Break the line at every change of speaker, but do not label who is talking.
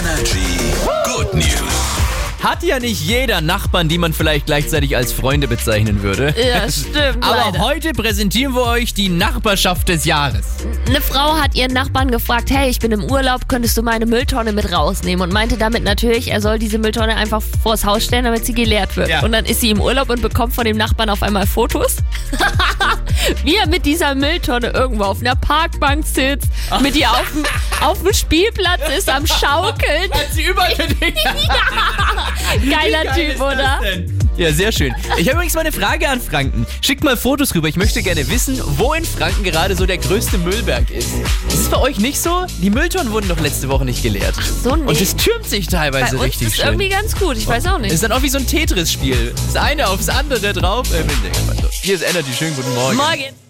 Energy. Good News.
Hat ja nicht jeder Nachbarn, die man vielleicht gleichzeitig als Freunde bezeichnen würde.
Ja, stimmt.
Aber
leider.
heute präsentieren wir euch die Nachbarschaft des Jahres.
Eine Frau hat ihren Nachbarn gefragt, hey, ich bin im Urlaub, könntest du meine Mülltonne mit rausnehmen? Und meinte damit natürlich, er soll diese Mülltonne einfach vors Haus stellen, damit sie geleert wird.
Ja.
Und dann ist sie im Urlaub und bekommt von dem Nachbarn auf einmal Fotos. Wie er mit dieser Mülltonne irgendwo auf einer Parkbank sitzt, mit ihr auf dem, auf dem Spielplatz ist, am Schaukeln.
Als sie über den
Geiler Typ, oder?
Ja, sehr schön. Ich habe übrigens mal eine Frage an Franken. Schickt mal Fotos rüber. Ich möchte gerne wissen, wo in Franken gerade so der größte Müllberg ist. Ist es bei euch nicht so? Die Mülltonnen wurden doch letzte Woche nicht geleert. Ach
so, nee.
Und es türmt sich
Bei
teilweise
uns
richtig
ist
schön.
irgendwie ganz gut, ich weiß auch nicht.
Ist dann auch wie so ein Tetris-Spiel. Das eine aufs andere drauf. Äh, Hier ist Energy. Schönen guten Morgen.
Morgen.